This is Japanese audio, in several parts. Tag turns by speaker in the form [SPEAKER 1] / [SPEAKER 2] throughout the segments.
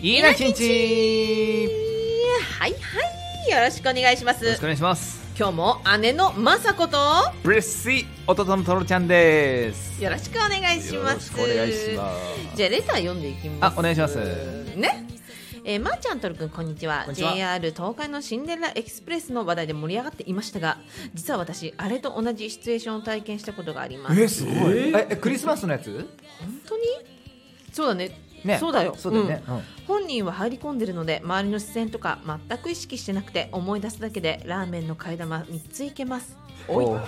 [SPEAKER 1] いいなきんち
[SPEAKER 2] はいはいよろしくお願いしま
[SPEAKER 1] よろし
[SPEAKER 2] す
[SPEAKER 1] くお願いします
[SPEAKER 2] 今日も姉のまさこと
[SPEAKER 1] ブレッシー弟のトロちゃんです
[SPEAKER 2] よろしくお願いしま
[SPEAKER 1] よ
[SPEAKER 2] す
[SPEAKER 1] ろしくお願いします
[SPEAKER 2] じゃあレター読んでいきま
[SPEAKER 1] あ
[SPEAKER 2] す
[SPEAKER 1] お願いします
[SPEAKER 2] ねえー、まー、ちゃんとるくんこんにちは
[SPEAKER 1] こんにちは
[SPEAKER 2] JR 東海のシンデレラエクスプレスの話題で盛り上がっていましたが実は私あれと同じシチュエーションを体験したことがあります
[SPEAKER 1] すごいええクリスマスのやつ
[SPEAKER 2] 本当にそうだね
[SPEAKER 1] ね
[SPEAKER 2] そうだよ
[SPEAKER 1] そうだよね
[SPEAKER 2] うん本人は入り込んでるので周りの視線とか全く意識してなくて思い出すだけでラーメンの替え玉3ついけます
[SPEAKER 1] うんおう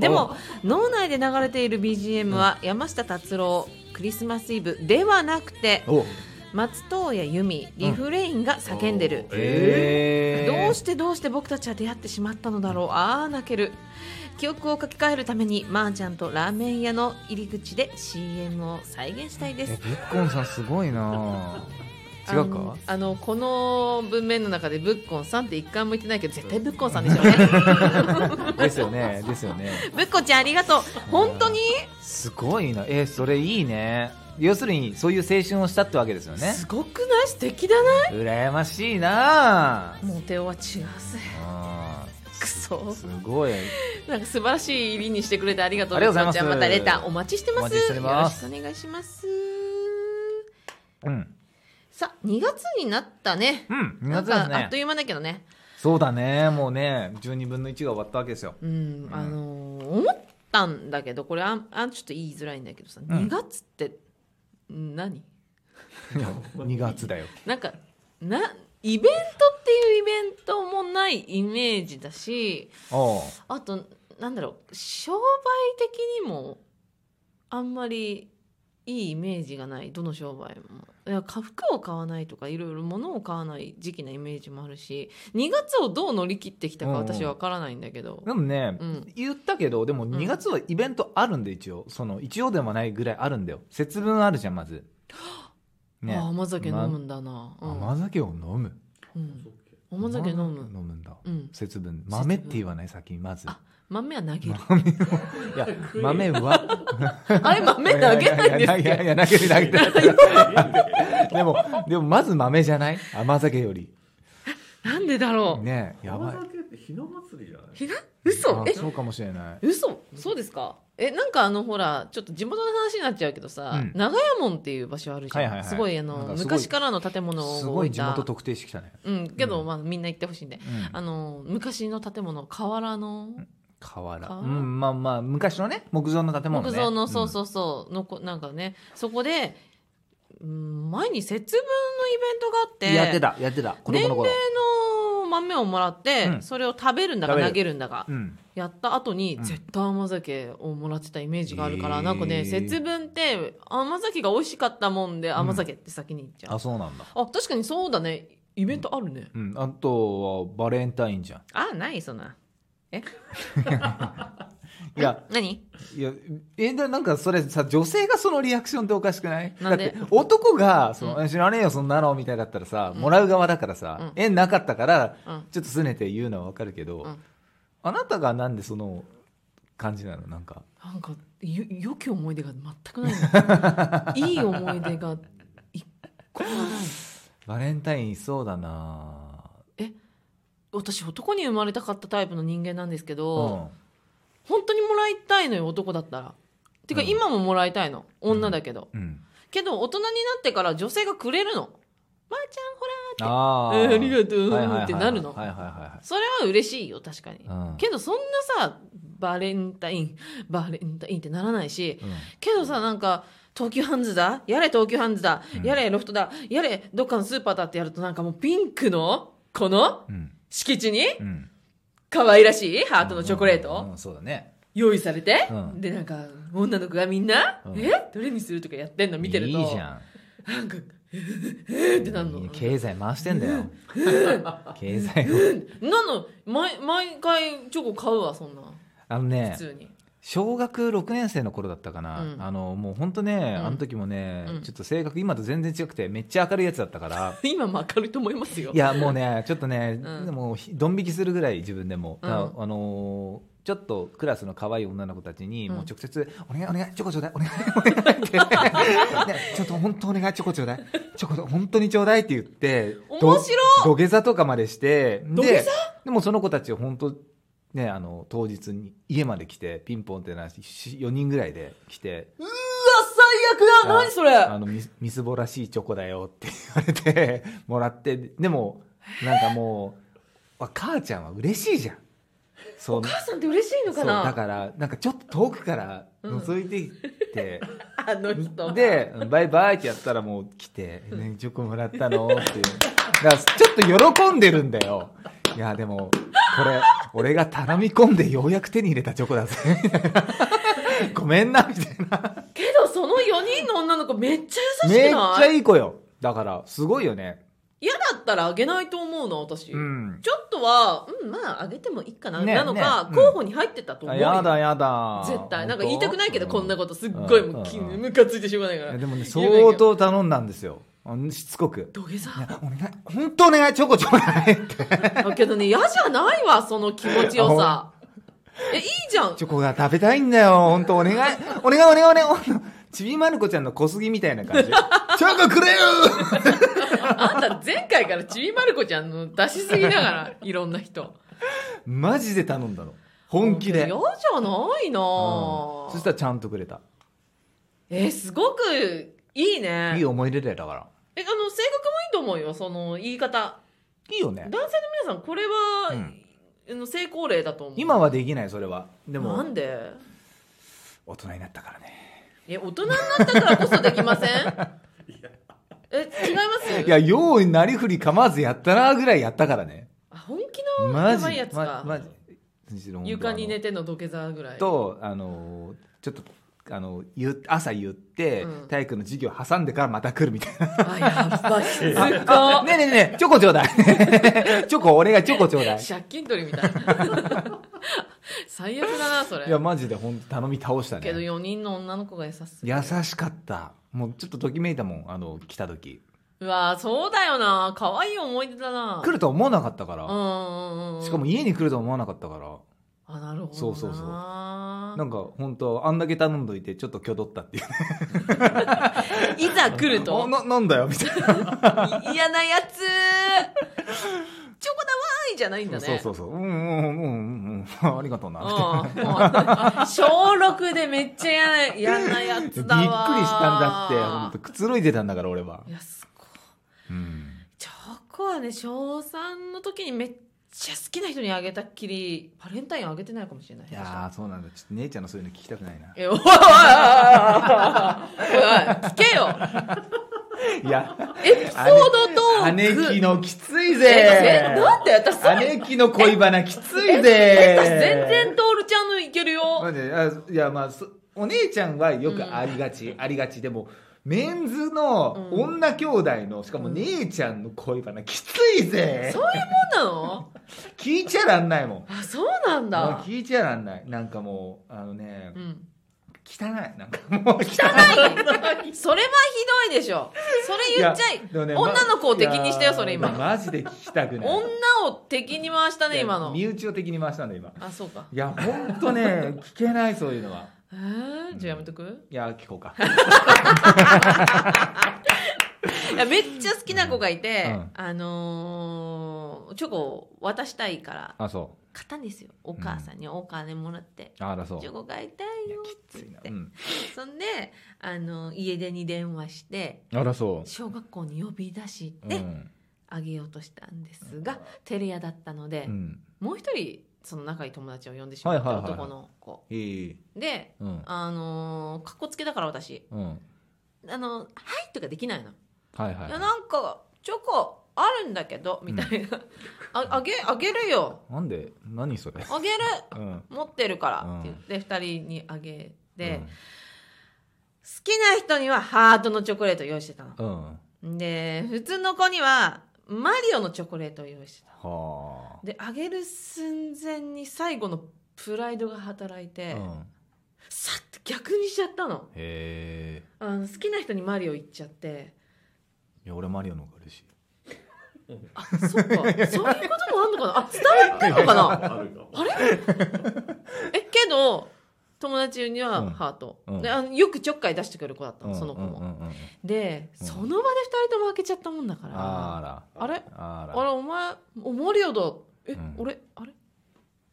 [SPEAKER 2] でも脳内で流れている BGM は山下達郎クリスマスイブではなくて
[SPEAKER 1] おう
[SPEAKER 2] 松任谷由実リフレインが叫んでる、
[SPEAKER 1] えー
[SPEAKER 2] どうしてどうして僕たちは出会ってしまったのだろうああ泣ける記憶を書き換えるためにまー、ちゃんとラーメン屋の入り口で CM を再現したいです
[SPEAKER 1] えぶっこんさんすごいな
[SPEAKER 2] あ
[SPEAKER 1] 違
[SPEAKER 2] の
[SPEAKER 1] うか
[SPEAKER 2] あのこの文面の中でぶっこんさんって一回も言ってないけど絶対ぶっこんさん でしょうね
[SPEAKER 1] ですよねですよね
[SPEAKER 2] ぶっこちゃんありがとう本当に
[SPEAKER 1] すごいなえそれいいね要するにそういう青春をしたってわけですよね
[SPEAKER 2] すごくない素敵だな
[SPEAKER 1] 羨ましいな
[SPEAKER 2] モテオは違うぜ
[SPEAKER 1] あ
[SPEAKER 2] くそ
[SPEAKER 1] すごい
[SPEAKER 2] なんか素晴らしい入りにしてくれてありがとう
[SPEAKER 1] ありがとうございます
[SPEAKER 2] ぶっこちゃんまたレターお待ちしてま
[SPEAKER 1] お
[SPEAKER 2] す
[SPEAKER 1] 待ちしております
[SPEAKER 2] よろしくお願いします
[SPEAKER 1] うん
[SPEAKER 2] さあ2月になったね
[SPEAKER 1] うん2
[SPEAKER 2] なん
[SPEAKER 1] 月
[SPEAKER 2] か
[SPEAKER 1] です
[SPEAKER 2] あっ
[SPEAKER 1] ね
[SPEAKER 2] という間だけどね
[SPEAKER 1] そうだねもうね12分の1が終わったわけ ですよ
[SPEAKER 2] うん、
[SPEAKER 1] ん
[SPEAKER 2] あのー思ったんだけどこれあんあんちょっと言いづらいんだけどさ、
[SPEAKER 1] ん
[SPEAKER 2] 2月って何
[SPEAKER 1] 2月だよ
[SPEAKER 2] なんかなイベントっていうイベントもないイメージだし
[SPEAKER 1] おう
[SPEAKER 2] あとなんだろう商売的にもあんまりいいイメージがないどの商売もいやか服を買わないとかいろいろ物を買わない時期なイメージもあるし2月をどう乗り切ってきたか
[SPEAKER 1] うんうん
[SPEAKER 2] 私は分からないんだけど、
[SPEAKER 1] でもね、
[SPEAKER 2] うん
[SPEAKER 1] 言ったけどでも2月はイベントあるんで一応その一応でもないぐらいあるんだよ節分あるじゃんま ずね
[SPEAKER 2] あー甘酒飲むんだな、うん
[SPEAKER 1] 甘酒を飲む
[SPEAKER 2] うん、甘酒飲む、
[SPEAKER 1] 飲むんだ
[SPEAKER 2] うん、
[SPEAKER 1] 節分豆って言わない先にまず
[SPEAKER 2] あ豆は投げる
[SPEAKER 1] いや豆は
[SPEAKER 2] あれ 豆投げないんです
[SPEAKER 1] い
[SPEAKER 2] か
[SPEAKER 1] やいやいや投げない投げない でもでもまず豆じゃない甘酒より
[SPEAKER 2] なんでだろう、
[SPEAKER 1] ねやばい
[SPEAKER 3] 山崎ってひな祭りじゃない
[SPEAKER 2] ひな嘘
[SPEAKER 1] あ
[SPEAKER 2] え
[SPEAKER 1] そうかもしれない
[SPEAKER 2] 嘘そうですかえなんかあのほらちょっと地元の話になっちゃうけどさ、
[SPEAKER 1] うん
[SPEAKER 2] 長屋門っていう場所あるじゃん、
[SPEAKER 1] はいはいはい
[SPEAKER 2] すごいあの
[SPEAKER 1] なんかすごい
[SPEAKER 2] 昔からの建物を置いた
[SPEAKER 1] すごい地元特定してきたね
[SPEAKER 2] うんけど、
[SPEAKER 1] うん
[SPEAKER 2] まあみんな行ってほしいんで、
[SPEAKER 1] うん
[SPEAKER 2] あの昔の建物瓦の
[SPEAKER 1] 河原
[SPEAKER 2] 河
[SPEAKER 1] う
[SPEAKER 2] 原
[SPEAKER 1] んまあまあ昔のね木造の建物ね
[SPEAKER 2] 木造の、そうそうそうのこなんかねそこで、うん、前に節分のイベントがあって
[SPEAKER 1] うんやってたやってた子
[SPEAKER 2] 年
[SPEAKER 1] 供
[SPEAKER 2] 齢
[SPEAKER 1] の頃
[SPEAKER 2] の豆をもらって、
[SPEAKER 1] うん
[SPEAKER 2] それを食べるんだか
[SPEAKER 1] 食べる
[SPEAKER 2] 投げるんだか、
[SPEAKER 1] うん
[SPEAKER 2] やった後に
[SPEAKER 1] うん
[SPEAKER 2] 絶対甘酒をもらってたイメージがあるから、
[SPEAKER 1] へー
[SPEAKER 2] なんかね節分って甘酒が美味しかったもんで甘酒って先に行っちゃう、
[SPEAKER 1] あそうなんだ
[SPEAKER 2] あ確かにそうだねイベントあるね、
[SPEAKER 1] うんあとはバレンタインじゃん
[SPEAKER 2] あないそんない
[SPEAKER 1] や
[SPEAKER 2] 何
[SPEAKER 1] いやえだなんかそれさ女性がそのリアクションっておかしくない
[SPEAKER 2] なんで
[SPEAKER 1] だって男がその、
[SPEAKER 2] う
[SPEAKER 1] 知らねえよそんなのみたいだったらさ、もらう側だからさ、縁なかったから、
[SPEAKER 2] うん
[SPEAKER 1] ちょっと拗ねて言うのはわかるけど、
[SPEAKER 2] うん
[SPEAKER 1] あなたがなんでその感じなのなんか
[SPEAKER 2] なんかよ良き思い出が全くないのいい思い出が一個もない
[SPEAKER 1] バレンタインいそうだな
[SPEAKER 2] 私男に生まれたかったタイプの人間なんですけ
[SPEAKER 1] う
[SPEAKER 2] ど、
[SPEAKER 1] ん
[SPEAKER 2] 本当にもらいたいのよ男だったらてか
[SPEAKER 1] うん
[SPEAKER 2] 今ももらいたいの女だけど、
[SPEAKER 1] うん
[SPEAKER 2] けど大人になってから女性がくれるの「まー、ちゃんほら」
[SPEAKER 1] あ
[SPEAKER 2] えーありが
[SPEAKER 1] と
[SPEAKER 2] とうってなるの、
[SPEAKER 1] はいはいは
[SPEAKER 2] それは嬉しいよ確かに
[SPEAKER 1] い、はいうん
[SPEAKER 2] けどそんなさバレンタイン バレンタインってならないし
[SPEAKER 1] うん
[SPEAKER 2] けどさなんか東急ハンズだやれ東急ハンズだ、
[SPEAKER 1] うん
[SPEAKER 2] やれロフトだやれどっかのスーパーだってやるとなんかもうピンクのこの
[SPEAKER 1] うん
[SPEAKER 2] 敷地に
[SPEAKER 1] うん
[SPEAKER 2] 可愛らしいハートのチョコレート、
[SPEAKER 1] うんうんそうだね
[SPEAKER 2] 用意されて、
[SPEAKER 1] うん
[SPEAKER 2] でなんか女の子がみんな、
[SPEAKER 1] うん
[SPEAKER 2] えどれにするとかやってんの見てると
[SPEAKER 1] いいじゃん
[SPEAKER 2] なんかえーってなるの
[SPEAKER 1] いい経済回してんだ よ経済を
[SPEAKER 2] なの毎毎回チョコ買うわそんな
[SPEAKER 1] あのね
[SPEAKER 2] 普通に、
[SPEAKER 1] 小学6年生の頃だったかな、
[SPEAKER 2] うん
[SPEAKER 1] あのもう本当ね、
[SPEAKER 2] うん
[SPEAKER 1] あの時もね、
[SPEAKER 2] うん
[SPEAKER 1] ちょっと性格今と全然違くてめっちゃ明るいやつだったから
[SPEAKER 2] 今も明るいと思いますよ
[SPEAKER 1] いやもうねちょっとね、
[SPEAKER 2] うん
[SPEAKER 1] もうひドン引きするぐらい自分でも、
[SPEAKER 2] うん
[SPEAKER 1] ああのーちょっとクラスの可愛い女の子たちに、
[SPEAKER 2] うん
[SPEAKER 1] もう直接「お願いお願いチョコちょうだいお願いお願い」 って、ねちょっと本当お願いチョコちょうだいチョコ本当にちょうだい」って言ってど
[SPEAKER 2] 面白い
[SPEAKER 1] 土下座とかまでして
[SPEAKER 2] 土下
[SPEAKER 1] ででもその子たちは本当ねあの当日に家まで来てピンポンってなし4人ぐらいで来て
[SPEAKER 2] 最悪だ
[SPEAKER 1] あ
[SPEAKER 2] 何それ
[SPEAKER 1] あのみみすぼらしいチョコだよって言われてもらってでもなんかもうあ母ちゃんは嬉しいじゃんそう
[SPEAKER 2] お母さんって嬉しいの
[SPEAKER 1] そ
[SPEAKER 2] か
[SPEAKER 1] う
[SPEAKER 2] な
[SPEAKER 1] だからなんかちょっと遠くから覗いてい って、
[SPEAKER 2] あの人
[SPEAKER 1] で「バイバイ」ってやったらもう来て「ね、チョコもらったの?」っていうだからちょっと喜んでるんだよいやでもこれ俺が頼み込んでようやく手に入れたチョコだ ぜみたいなごめんなみたいな
[SPEAKER 2] けどその4人の女の子めっちゃ優し
[SPEAKER 1] めっ
[SPEAKER 2] く
[SPEAKER 1] ち
[SPEAKER 2] な
[SPEAKER 1] ゃ
[SPEAKER 2] い
[SPEAKER 1] いい子よだからすごいよね
[SPEAKER 2] 嫌だったらあげないと思うな私、
[SPEAKER 1] うん
[SPEAKER 2] ちょっとはうんまああげてもいいかな、
[SPEAKER 1] ね
[SPEAKER 2] なのか、
[SPEAKER 1] ね
[SPEAKER 2] 候補に入ってたと思
[SPEAKER 1] あ
[SPEAKER 2] うよ
[SPEAKER 1] やだやだ
[SPEAKER 2] 絶対なんか言いたくないけど、
[SPEAKER 1] う
[SPEAKER 2] こんなことすっごいもう、き
[SPEAKER 1] うんうん
[SPEAKER 2] ムカついてしょうがないか
[SPEAKER 1] い
[SPEAKER 2] ら
[SPEAKER 1] やでもね
[SPEAKER 2] 言えないけど
[SPEAKER 1] 相当頼んだんですよあのしつこく
[SPEAKER 2] 土下座
[SPEAKER 1] いやお願い本当お願いチョコちょうだい って
[SPEAKER 2] だけどね嫌じゃないわその気持ちよさえいいじゃん
[SPEAKER 1] チョコが食べたいんだよ、本当お願い、お願いお願いお願いお願い。ちびまる子ちゃんの小杉みたいな感 じ。チョコくれよ
[SPEAKER 2] あんた前回からちびまる子ちゃんの出しすぎなが らいろんな人
[SPEAKER 1] マジで頼んだの。本気で。
[SPEAKER 2] 嫌
[SPEAKER 1] う
[SPEAKER 2] じ
[SPEAKER 1] ん
[SPEAKER 2] ゃないなあ、
[SPEAKER 1] そしたらちゃんとくれた。
[SPEAKER 2] えすごくいいね
[SPEAKER 1] いい思い出だよ、だから。
[SPEAKER 2] えあの性格もいいと思うよその言い方
[SPEAKER 1] いいよね
[SPEAKER 2] 男性。の皆さんこれは、
[SPEAKER 1] うん
[SPEAKER 2] あの成功例だと思う
[SPEAKER 1] 今はできない、それは。で
[SPEAKER 2] でも
[SPEAKER 1] も
[SPEAKER 2] な、んで
[SPEAKER 1] 大人になったからね。
[SPEAKER 2] え大人になったからこそでき ませんえ違います
[SPEAKER 1] いや、ようなりふり構わずやったな、ぐらいやったからね。
[SPEAKER 2] あ本気の
[SPEAKER 1] マ
[SPEAKER 2] や
[SPEAKER 1] ジ
[SPEAKER 2] ばいやつか、
[SPEAKER 1] まマジ。マジで本当
[SPEAKER 2] 床に
[SPEAKER 1] あの
[SPEAKER 2] 寝ての土下座ぐらい
[SPEAKER 1] とあのちょっとあの言う朝言って、
[SPEAKER 2] うん
[SPEAKER 1] 体育の授業挟んでからまた来るみたいな。
[SPEAKER 2] あや っぱしつ
[SPEAKER 1] あ
[SPEAKER 2] こ
[SPEAKER 1] ねえねえねえ、チョコちょうだい。 チョコ、俺がチョコちょう だい。い
[SPEAKER 2] 借金取りみたいな 最悪だなそれ
[SPEAKER 1] や、マジで本当頼み倒した
[SPEAKER 2] けど
[SPEAKER 1] ね。
[SPEAKER 2] 4人の女の子が優しい
[SPEAKER 1] 優しかった。もうちょっとときめいたもん、あの、来た時。
[SPEAKER 2] うわーそうだよな可愛い思い出だな
[SPEAKER 1] 来るとは思わなかったか
[SPEAKER 2] う
[SPEAKER 1] ら。
[SPEAKER 2] んうんうんうん
[SPEAKER 1] しかも家に来るとは思わなかったから。
[SPEAKER 2] あなるほどな
[SPEAKER 1] そうそうそう
[SPEAKER 2] な
[SPEAKER 1] なんか、本当あんだけ頼んどいて、ちょっときょどったっていう。
[SPEAKER 2] いざ来る
[SPEAKER 1] あ
[SPEAKER 2] と
[SPEAKER 1] な、なんだよ、みたいな。
[SPEAKER 2] い 嫌なやつチョコだわーいじゃないんだね
[SPEAKER 1] そうそうそう。うんうんうんうんうん。あ りがとうな。みたいな
[SPEAKER 2] うんもう小6でめっちゃ嫌な嫌なや
[SPEAKER 1] びっくりし
[SPEAKER 2] つだ
[SPEAKER 1] たん
[SPEAKER 2] わ
[SPEAKER 1] だって、本当くつろいでたんだから、俺は。
[SPEAKER 2] いやすごい
[SPEAKER 1] うん。
[SPEAKER 2] チョコはね小3の時にめっちゃ好きな人にあげたっきりバレンタインあげてないかもしれない
[SPEAKER 1] いやー、そうなんだ。ちょっと姉ちゃんのそういうの聞きたくないな。
[SPEAKER 2] えおいおいおいおいおいおい聞 けよ
[SPEAKER 1] いや。
[SPEAKER 2] エピソードと
[SPEAKER 1] 姉貴のきつい
[SPEAKER 2] え
[SPEAKER 1] ぜ
[SPEAKER 2] えなんで私それ
[SPEAKER 1] 姉貴の恋バナきつい
[SPEAKER 2] え
[SPEAKER 1] ぜ
[SPEAKER 2] 私全然トールちゃんのいけるよ
[SPEAKER 1] 待ってあいやまあそお姉ちゃんはよくありがち、ありがちでもメンズの
[SPEAKER 2] うん
[SPEAKER 1] 女兄弟のしかも姉ちゃんの恋バナきついぜ
[SPEAKER 2] そういうもんな の
[SPEAKER 1] 聞いちゃらんないもん
[SPEAKER 2] あそうなん
[SPEAKER 1] もう
[SPEAKER 2] だ
[SPEAKER 1] 聞いちゃらんないなんかもうあのね
[SPEAKER 2] うん
[SPEAKER 1] 汚いなんかもう汚い
[SPEAKER 2] はいそれはひどいでしょそれ言っちゃい
[SPEAKER 1] やでもね
[SPEAKER 2] 女の子を敵にしたよ
[SPEAKER 1] いやー
[SPEAKER 2] それ今
[SPEAKER 1] マジで聞きたくない
[SPEAKER 2] 女を敵に回したね今の
[SPEAKER 1] いや身内を敵に回したんだ今
[SPEAKER 2] あそうか
[SPEAKER 1] いやほんとね聞けないそういうのは
[SPEAKER 2] えー、じゃあやめとく、
[SPEAKER 1] いや聞こうか
[SPEAKER 2] いやめっちゃ好きな子がいて、
[SPEAKER 1] うん
[SPEAKER 2] あのーチョコを渡したいから
[SPEAKER 1] あそ
[SPEAKER 2] 買ったんですよお母さんにお金もらって、
[SPEAKER 1] うあらそう
[SPEAKER 2] チョコ買いたい
[SPEAKER 1] いや
[SPEAKER 2] よっ
[SPEAKER 1] きつ
[SPEAKER 2] て
[SPEAKER 1] い
[SPEAKER 2] 言っ
[SPEAKER 1] な、
[SPEAKER 2] て、
[SPEAKER 1] うん、
[SPEAKER 2] そんで、あの家出に電話して
[SPEAKER 1] あらそ
[SPEAKER 2] 小学校に呼び出し
[SPEAKER 1] う、
[SPEAKER 2] て
[SPEAKER 1] うん
[SPEAKER 2] あげようとしたんですが、照れ屋だったので、
[SPEAKER 1] うん、
[SPEAKER 2] もう一人その仲いい友達を呼んでしまった
[SPEAKER 1] はいはいはいはい
[SPEAKER 2] 男の子
[SPEAKER 1] いい
[SPEAKER 2] で
[SPEAKER 1] うん
[SPEAKER 2] あのー、かっこつけだから私
[SPEAKER 1] うん
[SPEAKER 2] あの「はい」とかできないの
[SPEAKER 1] はいはい
[SPEAKER 2] いやなんかチョコあるんだけどみたいな、ああげあげるよ
[SPEAKER 1] なんで何それ
[SPEAKER 2] あげる
[SPEAKER 1] うん
[SPEAKER 2] 持ってるから、
[SPEAKER 1] うん
[SPEAKER 2] って言って2人にあげ
[SPEAKER 1] で
[SPEAKER 2] て、好きな人にはハートのチョコレート用意してたの
[SPEAKER 1] うん、は
[SPEAKER 2] で普通の子にはマリオのチョコレートを用意してた
[SPEAKER 1] あ
[SPEAKER 2] であげる寸前に最後のプライドが働いて、
[SPEAKER 1] うん
[SPEAKER 2] さっと逆にしちゃったの
[SPEAKER 1] へえ
[SPEAKER 2] あの好きな人にマリオ行っちゃって
[SPEAKER 1] いや俺マリオの方が嬉しい
[SPEAKER 3] うん
[SPEAKER 2] あ、 そっか。そういうこともあんのかなあ、伝わってんのかな
[SPEAKER 3] あるかも
[SPEAKER 2] あれえ、けど、友達に
[SPEAKER 1] うん
[SPEAKER 2] はハート。
[SPEAKER 1] うん
[SPEAKER 2] であのよくちょっかい出してくる子だった
[SPEAKER 1] うん
[SPEAKER 2] の、その子も。
[SPEAKER 1] うんうんうん
[SPEAKER 2] で、
[SPEAKER 1] うん
[SPEAKER 2] その場で2人とも開けちゃったもんだから。あ
[SPEAKER 1] あ
[SPEAKER 2] れあれ
[SPEAKER 1] らあら
[SPEAKER 2] お前、おマリオだ。え、
[SPEAKER 1] うん
[SPEAKER 2] 俺、あれ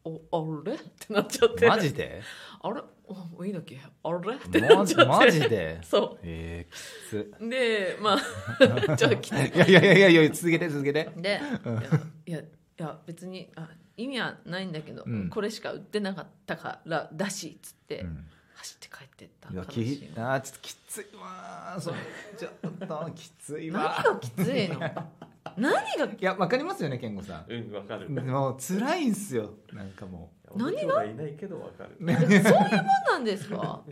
[SPEAKER 2] おあれってなっちゃって。
[SPEAKER 1] マジで
[SPEAKER 2] あれおいいだっけあれってな
[SPEAKER 1] マ
[SPEAKER 2] っ
[SPEAKER 1] ジ
[SPEAKER 2] ちゃって。
[SPEAKER 1] マジで
[SPEAKER 2] そ
[SPEAKER 1] えー、きつ
[SPEAKER 2] う。で、まあ、ちょっときつい
[SPEAKER 1] いやいやいやいや続けて続けて
[SPEAKER 2] で、いやいやいや別にあ意味はないんだけど、
[SPEAKER 1] うん
[SPEAKER 2] これしか売ってなかったからだしっつって、
[SPEAKER 1] うん
[SPEAKER 2] 走って帰ってった
[SPEAKER 1] いや
[SPEAKER 2] 悲し
[SPEAKER 1] き
[SPEAKER 2] いわ
[SPEAKER 1] あーちょっときついわーそれちょっときついわ
[SPEAKER 2] 何
[SPEAKER 1] ー
[SPEAKER 2] がき ついの何が
[SPEAKER 1] いやわかりますよね健吾さん
[SPEAKER 3] うん、わかる。
[SPEAKER 1] もう辛いんすよなんかも
[SPEAKER 2] 何が
[SPEAKER 3] 俺兄弟いないけどわかる。
[SPEAKER 1] う
[SPEAKER 3] ね、
[SPEAKER 2] そういうもんなんですか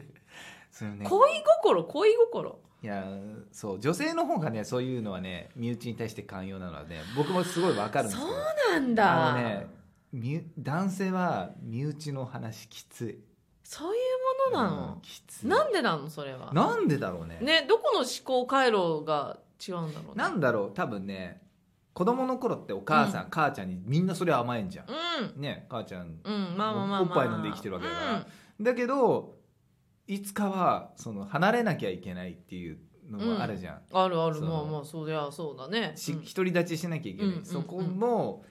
[SPEAKER 1] そのね
[SPEAKER 2] 恋心恋心
[SPEAKER 1] いやそう女性の方がねそういうのはね身内に対して寛容なのはね僕もすごいわかるんです
[SPEAKER 2] そ
[SPEAKER 1] けど
[SPEAKER 2] うなん
[SPEAKER 1] あ
[SPEAKER 2] だ、
[SPEAKER 1] のね身男性は身内の話きつい
[SPEAKER 2] そういうものな
[SPEAKER 1] うん
[SPEAKER 2] の、
[SPEAKER 1] きつい
[SPEAKER 2] なんでなのそれは
[SPEAKER 1] なんでだろうね
[SPEAKER 2] ねどこの思考回路が違うんだろうね
[SPEAKER 1] なんだろう多分ね子供の頃ってお母さん、母ちゃんにみんなそれ甘えんじゃん
[SPEAKER 2] う、
[SPEAKER 1] ね母ちゃん
[SPEAKER 2] んうんまあまあまあ、まあ、
[SPEAKER 1] おっぱい飲んで生きてるわけだからだけどいつかはその離れなきゃいけないっていうのもあるじゃん、
[SPEAKER 2] うんあるある
[SPEAKER 1] その
[SPEAKER 2] まあまあそりゃそうだね
[SPEAKER 1] し
[SPEAKER 2] うん
[SPEAKER 1] 独り立ちしなきゃいけない、
[SPEAKER 2] うん
[SPEAKER 1] そこの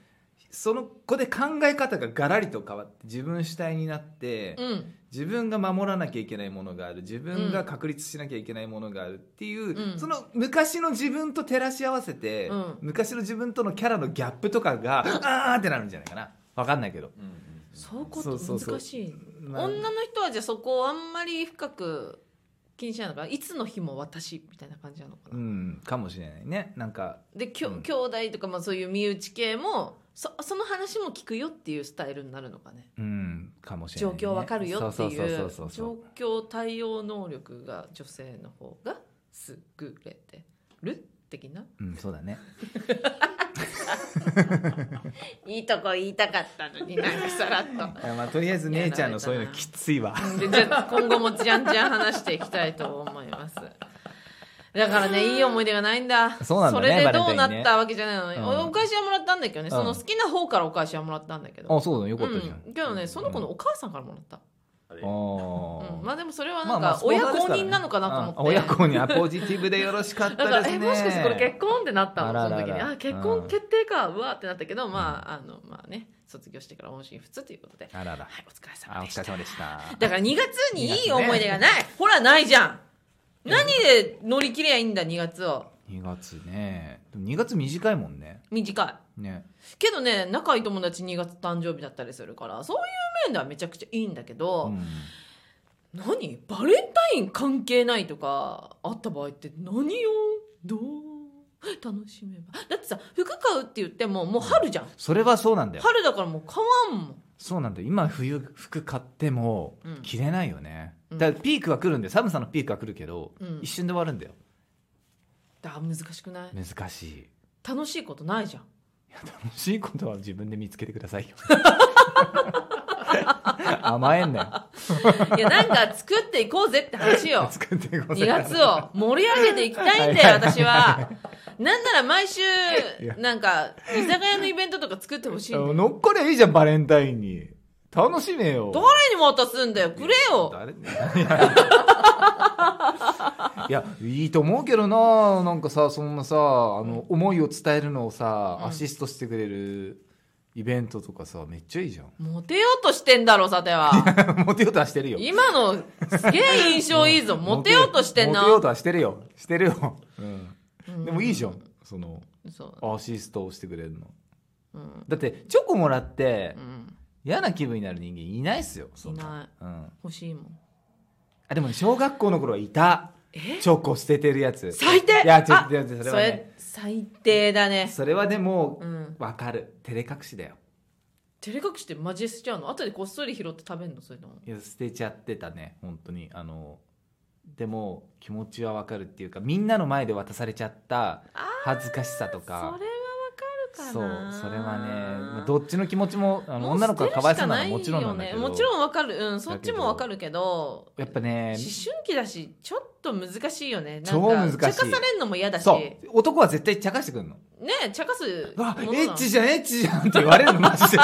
[SPEAKER 1] その子で考え方がガラリと変わって自分主体になって、
[SPEAKER 2] うん
[SPEAKER 1] 自分が守らなきゃいけないものがある自分が確立しなきゃいけないものがあるっていう、
[SPEAKER 2] うん
[SPEAKER 1] その昔の自分と照らし合わせて、
[SPEAKER 2] うん
[SPEAKER 1] 昔の自分とのキャラのギャップとか があーってなるんじゃないかな分かんないけど、
[SPEAKER 3] うんうん
[SPEAKER 2] そういうこ
[SPEAKER 1] そ
[SPEAKER 2] と
[SPEAKER 1] うそうそう
[SPEAKER 2] 難しい
[SPEAKER 1] まあ
[SPEAKER 2] 女の人はじゃあそこをあんまり深く気にしないのかないつの日も私みたいな感じなのか
[SPEAKER 1] う
[SPEAKER 2] な、
[SPEAKER 1] んかもしれないねなんか
[SPEAKER 2] できょ、
[SPEAKER 1] うん
[SPEAKER 2] 兄弟とかまあそういう身内系もそその話も聞くよっていうスタイルになるのかね
[SPEAKER 1] うんかもしれ
[SPEAKER 2] 状
[SPEAKER 1] ない、ね、
[SPEAKER 2] 況わかるよってい
[SPEAKER 1] そううそうそうそうそう
[SPEAKER 2] 状況対応能力が女性の方が優れてる的な
[SPEAKER 1] うんそうだね
[SPEAKER 2] いいとこ言いたかったのになんかさらっと。
[SPEAKER 1] いやまあとりあえず姉ちゃんのそういうのきついわ
[SPEAKER 2] でじゃあ今後もじゃんじゃん話していきたいと思います。だからね、いい思い出がないんだ。
[SPEAKER 1] そうなんだね
[SPEAKER 2] それでど
[SPEAKER 1] バレ
[SPEAKER 2] う
[SPEAKER 1] ンタ
[SPEAKER 2] な
[SPEAKER 1] インね
[SPEAKER 2] ったわけじゃないのに、
[SPEAKER 1] うん
[SPEAKER 2] おお返しはもらったんだけどね、
[SPEAKER 1] うん
[SPEAKER 2] その好きな方からお返しはもらったんだけど。
[SPEAKER 1] あそうだねよかったじゃん、
[SPEAKER 2] うん、けどね、その子のお母さんからもらった。
[SPEAKER 3] あれ
[SPEAKER 1] あー
[SPEAKER 2] うんまあでもそれは
[SPEAKER 1] ま
[SPEAKER 2] な
[SPEAKER 1] あ
[SPEAKER 2] ん
[SPEAKER 1] まあ
[SPEAKER 2] か
[SPEAKER 1] スポン
[SPEAKER 2] 親
[SPEAKER 1] サーです
[SPEAKER 2] 公
[SPEAKER 1] からね
[SPEAKER 2] 認なのかなと思って。
[SPEAKER 1] あ親公認あポジティブでよろしかっ
[SPEAKER 2] だ
[SPEAKER 1] た
[SPEAKER 2] から
[SPEAKER 1] です
[SPEAKER 2] え
[SPEAKER 1] ね
[SPEAKER 2] もしかしてこれ結婚ってなった
[SPEAKER 1] あ
[SPEAKER 2] の
[SPEAKER 1] ら
[SPEAKER 2] そ
[SPEAKER 1] らら
[SPEAKER 2] の時にあ結
[SPEAKER 1] う
[SPEAKER 2] 婚
[SPEAKER 1] ん
[SPEAKER 2] 決定かうわってなったけどまああのまあね卒業してから音信不通ということで
[SPEAKER 1] あらら
[SPEAKER 2] はいお疲れ様
[SPEAKER 1] あお
[SPEAKER 2] でし
[SPEAKER 1] 疲
[SPEAKER 2] た
[SPEAKER 1] れ様でした
[SPEAKER 2] だから2月にいい思い出がない、ほらないじゃん何で乗り切りゃいいんだ2月を
[SPEAKER 1] 2月ねでも2月短いもんね
[SPEAKER 2] 短い
[SPEAKER 1] ね
[SPEAKER 2] けどね仲いい友達2月誕生日だったりするからそういう面ではめちゃくちゃいいんだけ
[SPEAKER 1] う
[SPEAKER 2] ど、
[SPEAKER 1] ん
[SPEAKER 2] 何バレンタイン関係ないとかあった場合って何をどう楽しめばだってさ服買うって言ってももう春じゃん
[SPEAKER 1] それはそうなんだよ
[SPEAKER 2] 春だからもう買わんもん
[SPEAKER 1] そうなんだよ今冬服買っても
[SPEAKER 2] うん
[SPEAKER 1] 着れないよね、
[SPEAKER 2] うん
[SPEAKER 1] だからピークは来るんで寒さのピークは来るけど、
[SPEAKER 2] うん
[SPEAKER 1] 一瞬で終わるんだよ
[SPEAKER 2] だから難しくない
[SPEAKER 1] 難しい
[SPEAKER 2] 楽しいことないじゃん
[SPEAKER 1] 楽しいことは自分で見つけてください よ甘えんなよ
[SPEAKER 2] いやなんか作っていこうぜって話 よ
[SPEAKER 1] 作ってくださ
[SPEAKER 2] 2
[SPEAKER 1] い
[SPEAKER 2] 月を盛り上げていきたいんだよ、私は。なんなら毎週
[SPEAKER 1] や、
[SPEAKER 2] なんか、居酒屋のイベントとか作ってほしいんだよ。
[SPEAKER 1] 乗っかりゃいいじゃんバレンタインに楽しめよ
[SPEAKER 2] 誰に渡すんだよ、くれよ。
[SPEAKER 1] 誰 いやいいと思うけどななんかさそんなさあの思いを伝えるのをさ、
[SPEAKER 2] うん
[SPEAKER 1] アシストしてくれるイベントとかさめっちゃいいじゃん
[SPEAKER 2] モテようとしてんだろ、さては。
[SPEAKER 1] モテようとはしてるよ
[SPEAKER 2] 今の、すげえ印象いいぞ。モテようとしてん
[SPEAKER 1] モ
[SPEAKER 2] な
[SPEAKER 1] テ。ようとはしてるよしてるよ、うん、でもいいじゃんその
[SPEAKER 2] うん。そう。
[SPEAKER 1] アシストをしてくれるの
[SPEAKER 2] うん。
[SPEAKER 1] だってチョコもらって
[SPEAKER 2] うん。
[SPEAKER 1] 嫌な気分になる人間いないっすよそん、
[SPEAKER 2] いない
[SPEAKER 1] うん、
[SPEAKER 2] 欲しいもん。
[SPEAKER 1] あでもね小学校の頃はいた
[SPEAKER 2] え
[SPEAKER 1] チョコ捨ててるやつ
[SPEAKER 2] 最低
[SPEAKER 1] いやちょ
[SPEAKER 2] あ
[SPEAKER 1] ちょちょそれ
[SPEAKER 2] そ
[SPEAKER 1] はね
[SPEAKER 2] れ、最低だね。
[SPEAKER 1] それはでも
[SPEAKER 2] うん。
[SPEAKER 1] わかる照れ隠しだよ
[SPEAKER 2] 照れ隠してマジしちゃうの後でこっそり拾って食べんのそれとも。
[SPEAKER 1] いや捨てちゃってたね本当にあのでも気持ちはわかるっていうかみんなの前で渡されちゃった
[SPEAKER 2] あ
[SPEAKER 1] 恥ずかしさと
[SPEAKER 2] それはわ
[SPEAKER 1] か
[SPEAKER 2] かる
[SPEAKER 1] そ
[SPEAKER 2] か
[SPEAKER 1] う
[SPEAKER 2] な。
[SPEAKER 1] それはね、まあ、どっちの気持ちもあの女の子がかわいそうなのはもちろんなんだけど
[SPEAKER 2] もちろんわかる、うん、そっちもわかるけど
[SPEAKER 1] やっぱね
[SPEAKER 2] 思春期だしちょっと難しいよねなんか
[SPEAKER 1] 超難しい
[SPEAKER 2] 茶化されんのも嫌だし
[SPEAKER 1] そう男は絶対茶化してくんの
[SPEAKER 2] ね茶化す
[SPEAKER 1] わ
[SPEAKER 2] もの
[SPEAKER 1] エッ
[SPEAKER 2] なの
[SPEAKER 1] チ
[SPEAKER 2] チ
[SPEAKER 1] じゃんエッチじゃんって言われるのマジで
[SPEAKER 2] ョ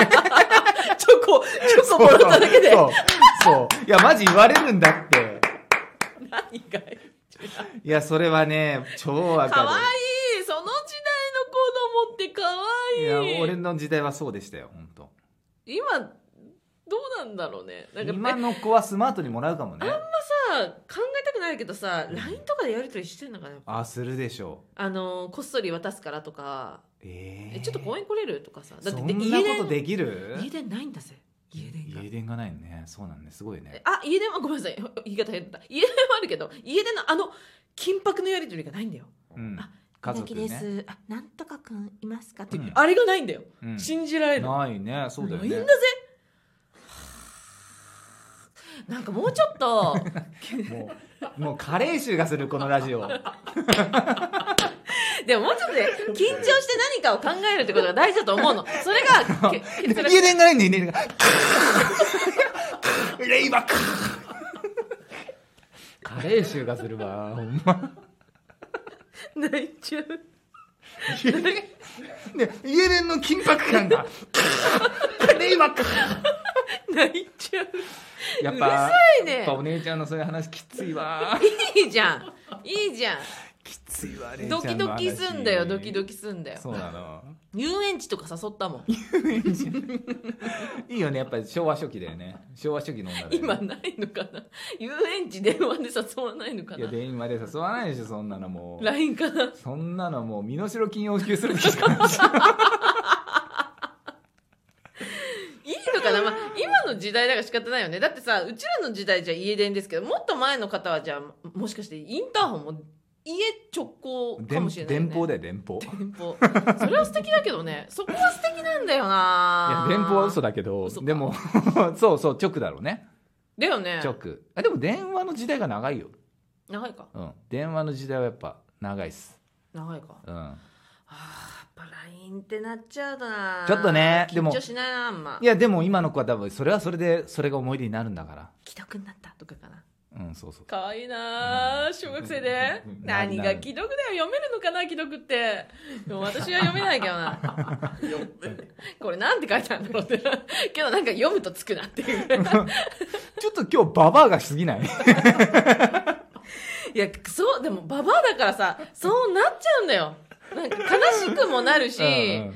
[SPEAKER 2] コチョコもらっただけで
[SPEAKER 1] そうそうそういやマジ言われるんだって
[SPEAKER 2] 何がいい
[SPEAKER 1] いやそれはね超わ
[SPEAKER 2] かわ
[SPEAKER 1] か
[SPEAKER 2] いいその時代の子供ってかわ
[SPEAKER 1] る
[SPEAKER 2] いい
[SPEAKER 1] いや俺の時代はそうでしたよ本当
[SPEAKER 2] 今どうなんだろうねなんか
[SPEAKER 1] 今
[SPEAKER 2] え
[SPEAKER 1] の子はスマートにもらうかもね
[SPEAKER 2] さ考えたくないけどさ LINE とかでやり取りしてんのかな
[SPEAKER 1] あするでしょ
[SPEAKER 2] あのこっそり渡すからとか
[SPEAKER 1] うえ
[SPEAKER 2] えちょっと公園来れるとかさだって
[SPEAKER 1] そ
[SPEAKER 2] で
[SPEAKER 1] んなことできる
[SPEAKER 2] 家電ないんだぜ家電が
[SPEAKER 1] 家電がないのねそうなんねすごい
[SPEAKER 2] え
[SPEAKER 1] ね
[SPEAKER 2] あ家電はごめんなさい言い方変だ家電はあるけど家電のあの緊迫のやり取りがないんだよ
[SPEAKER 1] うん
[SPEAKER 2] あ
[SPEAKER 1] 家族
[SPEAKER 2] 猪木
[SPEAKER 1] ね
[SPEAKER 2] ですあなんとかくんいますかって、
[SPEAKER 1] うん
[SPEAKER 2] あれがないんだよ、
[SPEAKER 1] うん
[SPEAKER 2] 信じられない
[SPEAKER 1] ないねそうだよ
[SPEAKER 2] な
[SPEAKER 1] ね
[SPEAKER 2] いんだぜなんかもうちょっと
[SPEAKER 1] もうもう加齢臭がするこのラ ジオ
[SPEAKER 2] でももうちょっとね緊張して何かを考えるってことが大事だと思うのそれ がけ
[SPEAKER 1] 家
[SPEAKER 2] 欠落
[SPEAKER 1] 電がないんだよ家電が レイバッ ク加齢臭がするわほんま
[SPEAKER 2] 泣いちゃう
[SPEAKER 1] ね家電の緊迫感 がレイバック
[SPEAKER 2] 泣いちゃう
[SPEAKER 1] やっ
[SPEAKER 2] うる
[SPEAKER 1] ぱ
[SPEAKER 2] さいね
[SPEAKER 1] やっぱお姉ちゃんのそういう話きつい わ
[SPEAKER 2] いいじゃんいいじゃ
[SPEAKER 1] きついわ
[SPEAKER 2] んドキドキすんだよドキドキすんだよ
[SPEAKER 1] そうなの
[SPEAKER 2] 遊園地とか誘ったもん
[SPEAKER 1] いいよねやっぱり昭和初期だよね昭和初期の女だよね
[SPEAKER 2] 今ないのかな遊園地電話で誘わないのか
[SPEAKER 1] いや
[SPEAKER 2] な
[SPEAKER 1] 電話で誘わないでしょそんなのもう
[SPEAKER 2] LINE かな
[SPEAKER 1] そんなのもう身代金要求するべきじゃない
[SPEAKER 2] いいのかな、まあ、今の時代だから仕方ないよねだってさうちらの時代じゃ家電ですけどもっと前の方はじゃあもしかしてインターホンも家直行 かもしれない、ね、
[SPEAKER 1] 電報だよ電報い
[SPEAKER 2] 電報それは素敵だけ どねそこは素敵なんだよな
[SPEAKER 1] や電報は嘘だけど
[SPEAKER 2] 嘘か
[SPEAKER 1] でも そうそう直だろうね
[SPEAKER 2] だよね
[SPEAKER 1] 直あでも電話の時代が長いよ、
[SPEAKER 2] 長いか
[SPEAKER 1] うん、電話の時代はやっぱ長いっす、
[SPEAKER 2] 長いか
[SPEAKER 1] うん、
[SPEAKER 2] あーやっぱ LINE ってなっちゃうとな
[SPEAKER 1] ちょっとねでも
[SPEAKER 2] 緊張しないなあんま
[SPEAKER 1] いやでも今の子は多分それはそれでそれが思い出になるんだか
[SPEAKER 2] 既読になったとかかな
[SPEAKER 1] らうんそうそう
[SPEAKER 2] かわいいなあ小学 生で
[SPEAKER 1] うん
[SPEAKER 2] 何が既読だよ読めるのかな既読ってでも私は読めないけどなこれなんて書いてあるんだろうってけどなんか読むとつくなっていう
[SPEAKER 1] ちょっと今日ババアがしすぎない
[SPEAKER 2] いやそうでもババアだからさそうなっちゃうんだよなんか悲しくもなるし、
[SPEAKER 1] うんうん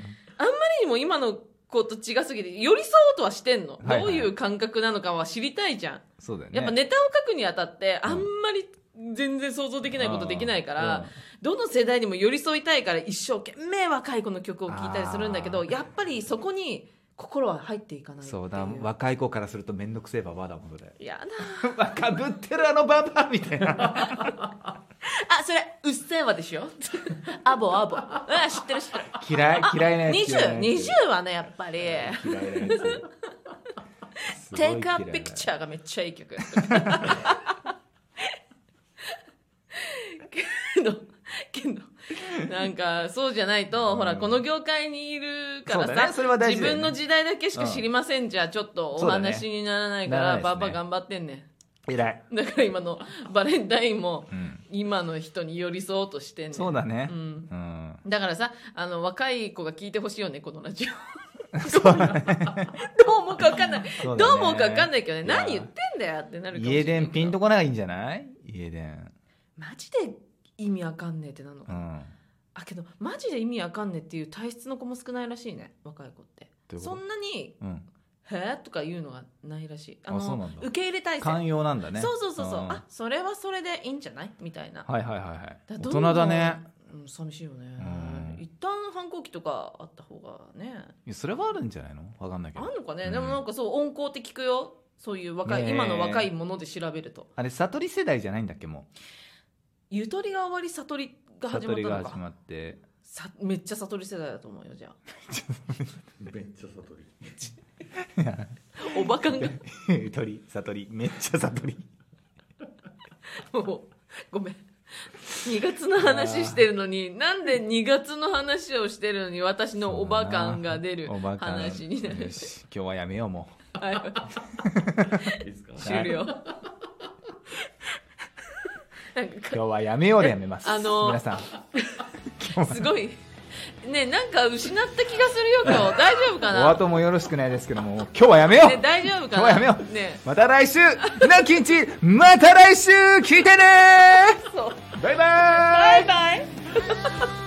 [SPEAKER 2] にも今の子と違すぎて寄り添おうとはしてんの、
[SPEAKER 1] はいはい
[SPEAKER 2] どういう感覚なのかは知りたいじゃん
[SPEAKER 1] そうだよね
[SPEAKER 2] やっぱネタを書くにあたってあんまり全然想像できないことできないから、
[SPEAKER 1] うん
[SPEAKER 2] どの世代にも寄り添いたいから一生懸命若い子の曲を聴いたりするんだけ
[SPEAKER 1] あ
[SPEAKER 2] ど
[SPEAKER 1] ー
[SPEAKER 2] やっぱりそこに心は入っていかないってい
[SPEAKER 1] そうだ若い子からすると面倒くせえババアだもんそれ
[SPEAKER 2] やだ
[SPEAKER 1] かぶってるあのババアみたいな
[SPEAKER 2] あそれ「うっせぇわ」でしょ アボアボあ知ってる知ってる
[SPEAKER 1] 嫌い嫌いなやつ嫌いなやつ
[SPEAKER 2] 2020はねやっぱり
[SPEAKER 1] 嫌いなや
[SPEAKER 2] 「
[SPEAKER 1] つ
[SPEAKER 2] Take a Picture」がめっちゃい い曲けどけどなんかそうじゃないと、
[SPEAKER 1] うん
[SPEAKER 2] ほらこの業界にいるか
[SPEAKER 1] そ
[SPEAKER 2] ら
[SPEAKER 1] う
[SPEAKER 2] さ、
[SPEAKER 1] だねそれは大事
[SPEAKER 2] 自
[SPEAKER 1] だよね
[SPEAKER 2] 分の時代だけしか知りませんじゃちょっとお話にならないか
[SPEAKER 1] そうだ
[SPEAKER 2] ら、
[SPEAKER 1] ね
[SPEAKER 2] ばば頑張ってんね
[SPEAKER 1] 嫌い、
[SPEAKER 2] んだから今のバレンタインも
[SPEAKER 1] うん、
[SPEAKER 2] 今の人に寄り添おうとしてんねん
[SPEAKER 1] そうだね
[SPEAKER 2] う
[SPEAKER 1] うんう
[SPEAKER 2] ん、
[SPEAKER 1] ん、
[SPEAKER 2] だからさあの若い子が聞いてほしいよねこのラジオ
[SPEAKER 1] そうだね
[SPEAKER 2] どう思うか分かんない、
[SPEAKER 1] そうだね
[SPEAKER 2] どう思うか分かんないけどね
[SPEAKER 1] いや
[SPEAKER 2] 何言ってんだよってなるかもしれ
[SPEAKER 1] 家
[SPEAKER 2] ない
[SPEAKER 1] 電ピンとこないんじゃない家電
[SPEAKER 2] マジで意味わかんねえってなの、
[SPEAKER 1] うん
[SPEAKER 2] あけどマジで意味わかんねえっていう体質の子も少ないらしいね若い子って
[SPEAKER 1] どういうこと
[SPEAKER 2] そんなに
[SPEAKER 1] うん
[SPEAKER 2] 「へえ」とか言うのがないらしいあの
[SPEAKER 1] あそうなんだ
[SPEAKER 2] 受け入れ体制
[SPEAKER 1] 寛容なんだね
[SPEAKER 2] そうそうそうそう、
[SPEAKER 1] ん
[SPEAKER 2] あそれはそれでいいんじゃないみたいな、
[SPEAKER 1] はいはいはいはい
[SPEAKER 2] だ
[SPEAKER 1] 大
[SPEAKER 2] どんど
[SPEAKER 1] 人
[SPEAKER 2] ん
[SPEAKER 1] だね、
[SPEAKER 2] うん、寂しいよね、
[SPEAKER 1] うん
[SPEAKER 2] 一旦反抗期とかあった方がね
[SPEAKER 1] いやそれはあるんじゃないのわかんないけ
[SPEAKER 2] あ
[SPEAKER 1] ど
[SPEAKER 2] んのかね、
[SPEAKER 1] うん
[SPEAKER 2] でもなんかそう温厚って聞くよそういう若い、
[SPEAKER 1] ねえ
[SPEAKER 2] 今の若いもので調べると
[SPEAKER 1] あれ悟り世代じゃないんだっけも
[SPEAKER 2] ゆとりが終わり悟り
[SPEAKER 1] う
[SPEAKER 2] が始
[SPEAKER 1] 悟
[SPEAKER 2] まった
[SPEAKER 1] りが
[SPEAKER 2] の
[SPEAKER 1] 始
[SPEAKER 2] か
[SPEAKER 1] ま って
[SPEAKER 2] さめっちゃ悟り世代だと思う よじゃあ
[SPEAKER 3] めっちゃ悟り。
[SPEAKER 2] おばかんが
[SPEAKER 1] ゆとり悟りめっちゃ悟り
[SPEAKER 2] もうごめん2月の話してるのになんで2月の話をしてるのに私のおばかんが出る
[SPEAKER 1] おばかん
[SPEAKER 2] 話になる
[SPEAKER 1] よし今日はやめようも
[SPEAKER 2] はい
[SPEAKER 3] いいですか。
[SPEAKER 2] 終了なん
[SPEAKER 1] う
[SPEAKER 2] か
[SPEAKER 1] 今日はやめようでやめます
[SPEAKER 2] あのー
[SPEAKER 1] 皆さん
[SPEAKER 2] すごいねなんか失った気がするよ今日大丈夫か
[SPEAKER 1] お
[SPEAKER 2] な
[SPEAKER 1] 後もよろしくないですけども、今日はやめよ
[SPEAKER 2] ね
[SPEAKER 1] う
[SPEAKER 2] 大丈夫
[SPEAKER 1] 今日
[SPEAKER 2] かな
[SPEAKER 1] はやめよう、
[SPEAKER 2] ね
[SPEAKER 1] また来週なきんちまた来週聞いてね
[SPEAKER 2] そう
[SPEAKER 1] バイバーイ
[SPEAKER 2] バイバイ